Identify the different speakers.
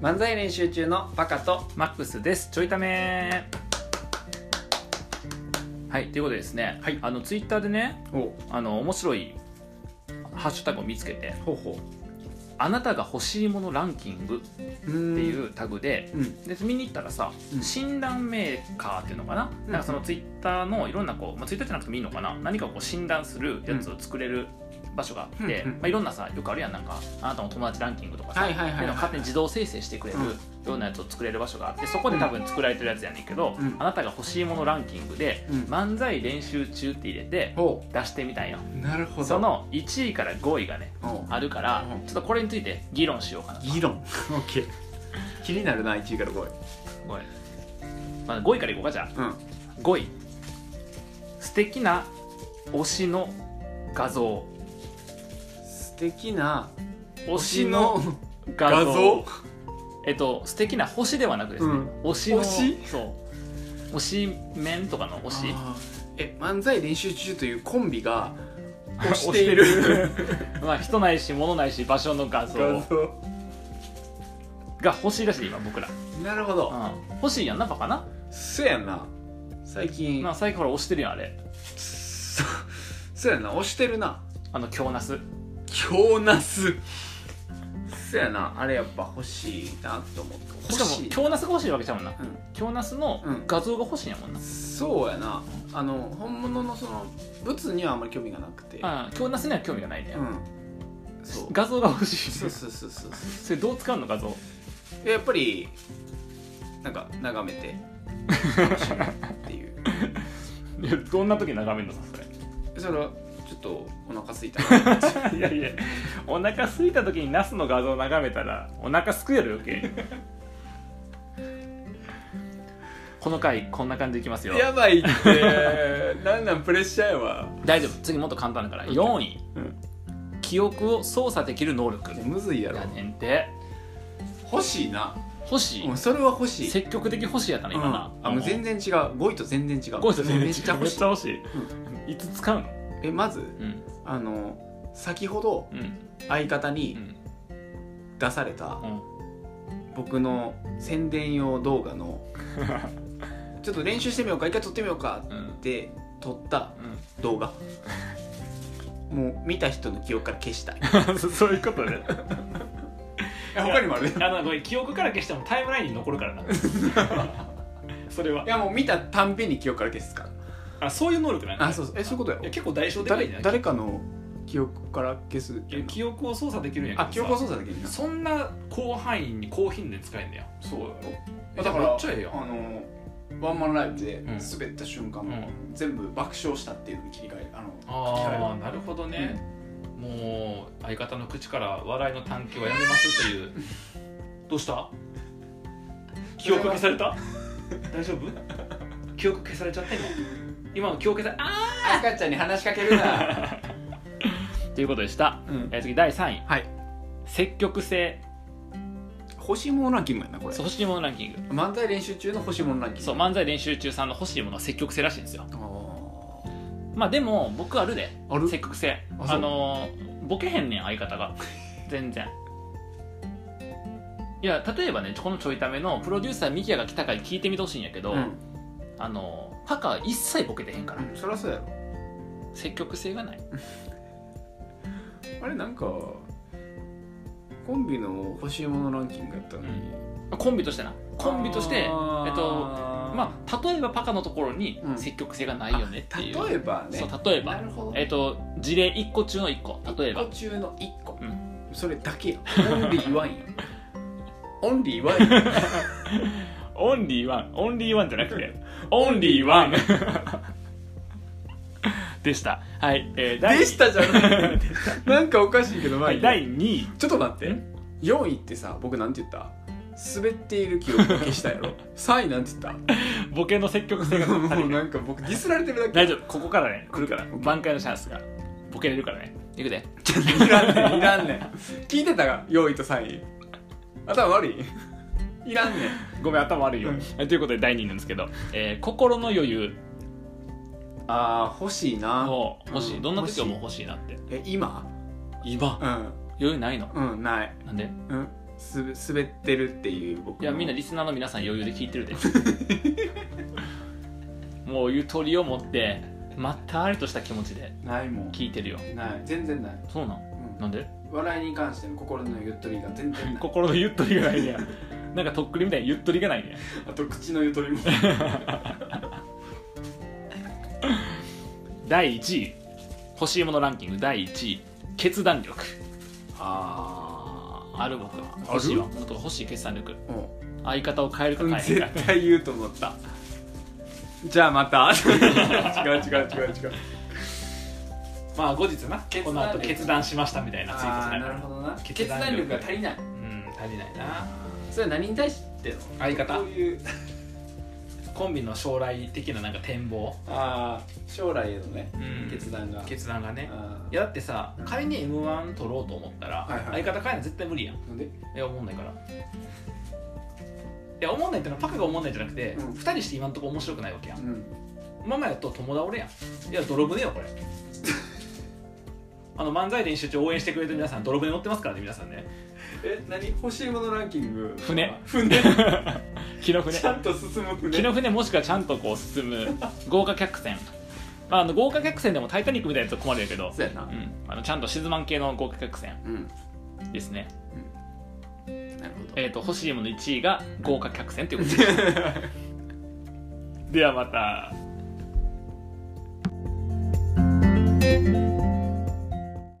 Speaker 1: 漫才練習中のバカと
Speaker 2: マックスですちょいためはいということでですね、
Speaker 1: はい
Speaker 2: あのツイッターでね
Speaker 1: お
Speaker 2: あの面白いハッシュタグを見つけて
Speaker 1: ほうほ
Speaker 2: 「あなたが欲しいものランキング」っ
Speaker 1: ううん
Speaker 2: て
Speaker 1: っていう
Speaker 2: いうタグで、
Speaker 1: うん
Speaker 2: で見に行ったらさ、
Speaker 1: うん
Speaker 2: 診断メーカーっていうのかな,、
Speaker 1: うん
Speaker 2: なんかそのツイッターのいろんなこう、まあ、ツイッターじゃなくてもいいのかな何かをこう診断するやつを作れる場所があって、
Speaker 1: うんうん
Speaker 2: まあ、いろんなさよくあるやんなんかあなたの友達ランキングとかさ、
Speaker 1: はいはいはいはい
Speaker 2: ってうのを勝手に自動生成してくれる、
Speaker 1: うん
Speaker 2: ようなやつを作れる場所があってそこで多分作られてるやつやねんけど、
Speaker 1: うん
Speaker 2: あなたが欲しいものランキングで、
Speaker 1: うん
Speaker 2: 漫才練習中って入れて
Speaker 1: ほ
Speaker 2: 出してみたいの
Speaker 1: うなるほど
Speaker 2: その1位から5位がね
Speaker 1: おう
Speaker 2: あるから
Speaker 1: うん
Speaker 2: ちょっとこれについて議論しようかな
Speaker 1: 議論 OK 気になるな1位から5位
Speaker 2: 5位、まあ、5位からいこうかじゃあ
Speaker 1: うん
Speaker 2: 5位素敵な推しの画像
Speaker 1: 素敵な
Speaker 2: 推しの画像
Speaker 1: 画像
Speaker 2: えっと素敵な星ではなくですね、
Speaker 1: うん
Speaker 2: 推しの
Speaker 1: 推し
Speaker 2: そう推し面とかの推し
Speaker 1: あーえ漫才練習中というコンビが 推
Speaker 2: 推
Speaker 1: している
Speaker 2: まあ人ないし物ないし場所の画像
Speaker 1: 画像
Speaker 2: が欲しいらしい今僕ら、
Speaker 1: なるほ
Speaker 2: う
Speaker 1: ど
Speaker 2: ん、欲しいやんなバカな、
Speaker 1: そやんな最近
Speaker 2: まあ、最近ほら推してるやんあれ
Speaker 1: そそやな押してるな
Speaker 2: あの京ナス
Speaker 1: 強なすそやなあれやっぱ欲しいなと思って
Speaker 2: しかも京ナスが欲しいわけじゃもんな
Speaker 1: うん
Speaker 2: 京ナスの画像が欲しいんやもんな、
Speaker 1: そうやなあの本物のその物にはあんまり興味がなくて
Speaker 2: ああ京ナスには興味がないね、
Speaker 1: うんそう
Speaker 2: 画像が欲しい
Speaker 1: そうそうそうそうそ
Speaker 2: それどう使うの画像
Speaker 1: うやっぱりなんか眺めて楽しむっていう
Speaker 2: いやどんな時眺めるのさ
Speaker 1: それはちょっとお腹空すいたな
Speaker 2: それいやいやお腹空いた時にナスの画像を眺めたらお腹すくやろ余 計この回こんな感じでいきます よ
Speaker 1: やばいってなんなんプレッシャーやわ
Speaker 2: 大丈夫次もっと簡単だから4位、
Speaker 1: うん
Speaker 2: 記憶を操作できる能力
Speaker 1: むずいやろ
Speaker 2: やねんて
Speaker 1: 欲しいな
Speaker 2: 欲し
Speaker 1: うん
Speaker 2: い
Speaker 1: それは欲しい
Speaker 2: 積極的欲しいやったな今な、
Speaker 1: うんあもう全然違う5位と全然違う
Speaker 2: こうですよね
Speaker 1: めっちゃ欲しい
Speaker 2: めっちゃいいつ使うの
Speaker 1: えまず
Speaker 2: うん
Speaker 1: あの先ほど
Speaker 2: うん
Speaker 1: 相方
Speaker 2: う
Speaker 1: に
Speaker 2: ん
Speaker 1: 出された
Speaker 2: うん
Speaker 1: 僕の宣伝用動画 のちょっと練習してみようか一回撮ってみようか
Speaker 2: うん
Speaker 1: って撮った
Speaker 2: うん
Speaker 1: 動 画もう見た人の記憶から消したい
Speaker 2: そそういうことね他に
Speaker 1: もあるい
Speaker 2: あのごめん記憶から消してもタイムラインに残るからな それは
Speaker 1: やもう見たたんびに記憶から消すから
Speaker 2: あそういう能力なんだ
Speaker 1: あそうそうえそういうことや
Speaker 2: いや結構代償でか
Speaker 1: 誰
Speaker 2: いんじゃない
Speaker 1: 誰かの記憶から消す
Speaker 2: いや記憶を操作できるんやけど
Speaker 1: あ
Speaker 2: さ
Speaker 1: 記憶はそうだけどな
Speaker 2: そんな広範囲に高頻度に使えんだよ
Speaker 1: そうよ
Speaker 2: え
Speaker 1: だ
Speaker 2: じゃ
Speaker 1: か
Speaker 2: あ
Speaker 1: ら
Speaker 2: めっちゃええやん
Speaker 1: あのワンマンライブで
Speaker 2: ん
Speaker 1: 滑った瞬間、
Speaker 2: うん
Speaker 1: 全部爆笑したっていうのに切り替えあの
Speaker 2: ああなるほどね、もう相方の口から笑いの探求はやめますと いうどうした記憶消された 大丈夫記憶消されちゃった 今今の記憶消されあ
Speaker 1: 赤ちゃんに話しかける な、
Speaker 2: ーということでした、
Speaker 1: うん
Speaker 2: えー次第3位
Speaker 1: はい
Speaker 2: 積極性
Speaker 1: 欲しいものランキングやなこれ
Speaker 2: そう欲しいものランキング
Speaker 1: 漫才練習中の欲しいものランキング
Speaker 2: そう漫才練習中さんの欲しいものは積極性らしいんですよ
Speaker 1: あ
Speaker 2: まあでも僕あるで
Speaker 1: ーある
Speaker 2: 積極性
Speaker 1: あ
Speaker 2: あ
Speaker 1: そう
Speaker 2: のーボケへんねん相方が全然いや例えばねこのちょいためのプロデューサーミキヤが来た回聞いてみてほしいんやけど、
Speaker 1: うん、
Speaker 2: あのーパカは一切ボケてへんから
Speaker 1: うんそりゃそうやろ
Speaker 2: 積極性がない
Speaker 1: あれなんかコンビの欲しいものランキングやったのに、
Speaker 2: コンビとしてなコンビとしてえっ
Speaker 1: あー
Speaker 2: とまあ例えばパカのところに
Speaker 1: うん
Speaker 2: 積極性がないよねっていう、
Speaker 1: 例えばね
Speaker 2: そう例え
Speaker 1: な
Speaker 2: ば
Speaker 1: るほど
Speaker 2: えっと事例1個中の1個例えば
Speaker 1: 一個中の1個、
Speaker 2: うん
Speaker 1: それだけやオンリーワンや オンリーワン や
Speaker 2: オンリーワンオンリーワンじゃなくてオンリーワン でしたはい、えー、第
Speaker 1: でしたじゃ ないなんかおかしいけどまあ
Speaker 2: はい
Speaker 1: い
Speaker 2: い
Speaker 1: や
Speaker 2: 第2位
Speaker 1: ちょっと待って
Speaker 2: ん
Speaker 1: 4位ってさ僕なんて言った滑っている記憶を消した やろ3位なんて言っ
Speaker 2: ボケの積極性が
Speaker 1: たも
Speaker 2: 足
Speaker 1: う
Speaker 2: りない
Speaker 1: なんか僕ディスられてるだけ
Speaker 2: 大丈夫ここからね来るから
Speaker 1: オッケー
Speaker 2: 挽回のチャンスがボケれるからねいくで
Speaker 1: いらんねんいらんねん聞いてたが4位と3位頭悪いいらんねん
Speaker 2: ごめん頭悪いよ、
Speaker 1: うん
Speaker 2: えということで第2位なんですけど、えー心の余裕
Speaker 1: あー欲しいな
Speaker 2: を欲しい、
Speaker 1: うん
Speaker 2: どんな時はもう欲しいなって
Speaker 1: え今
Speaker 2: 今
Speaker 1: うん
Speaker 2: 余裕ないの
Speaker 1: うんない
Speaker 2: なんで
Speaker 1: うんすべ滑ってるっていう僕の
Speaker 3: いやみんなリスナーの皆さん余裕で聞いてるで もうゆとりを持ってまったりとした気持ちで
Speaker 1: ないもん
Speaker 3: 聞いてるよ
Speaker 1: ない全然ない、
Speaker 3: そうなん
Speaker 1: うん
Speaker 3: なんで
Speaker 1: 笑いに関しての心のゆとりが全然ない
Speaker 3: 心のゆとりがないねやなんかとっくりみたいにゆっとりがないね
Speaker 1: あと口のゆとりも
Speaker 3: 第1位欲しいものランキング第1位決断力
Speaker 1: あ
Speaker 3: ある僕は
Speaker 1: ある
Speaker 3: 欲しいわ僕は欲しい決断力
Speaker 1: あも
Speaker 3: 相方を変えるか
Speaker 1: う
Speaker 3: 変
Speaker 1: ん
Speaker 3: えへんか
Speaker 1: 絶対言うと思ったじゃあまた 違う違う違う違う
Speaker 2: まあ後日な
Speaker 1: 決断
Speaker 2: この後決断しましたみたいなツイート
Speaker 1: あ
Speaker 2: さ
Speaker 1: あ
Speaker 2: れ
Speaker 1: なる
Speaker 2: る
Speaker 1: ほどな決
Speaker 2: 決断
Speaker 1: 断
Speaker 2: 力
Speaker 1: 力が足りない
Speaker 2: うん足りないな
Speaker 1: それは何に対しての
Speaker 2: 相方
Speaker 1: こういう
Speaker 2: コンビの将来的ななんか展望、
Speaker 1: ああ将来へのね
Speaker 2: うん
Speaker 1: 決断が
Speaker 2: 決断がね
Speaker 1: あー
Speaker 2: いやだってさ仮に m 1取ろうと思ったら、
Speaker 1: はいはい
Speaker 2: 相方変えるの絶対無理やんい
Speaker 1: なんで
Speaker 2: や思んないからいや思んないってのはパカが思んないじゃなくて、
Speaker 1: うん
Speaker 2: 2人して今んとこ面白くないわけやん、
Speaker 1: うん
Speaker 2: ママやと友倒れやんいや泥船よ これあの漫才練習中応援してくれてる皆さん泥船乗ってますからね皆さんね
Speaker 1: え何欲しいものランキング
Speaker 3: 船
Speaker 1: 船
Speaker 3: ら木の船
Speaker 1: ちゃんと進む船
Speaker 3: 木の船もしくはちゃんとこう進む豪華客船まああの豪華客船でも「タイタニック」みたいなやつは困るんやけど、
Speaker 1: そうやな
Speaker 3: うん、あのちゃんと沈まん系の豪華客船
Speaker 1: うん
Speaker 3: ですね
Speaker 1: なるほど
Speaker 3: えっ、と欲しいもの1位が豪華客船という ことですではまた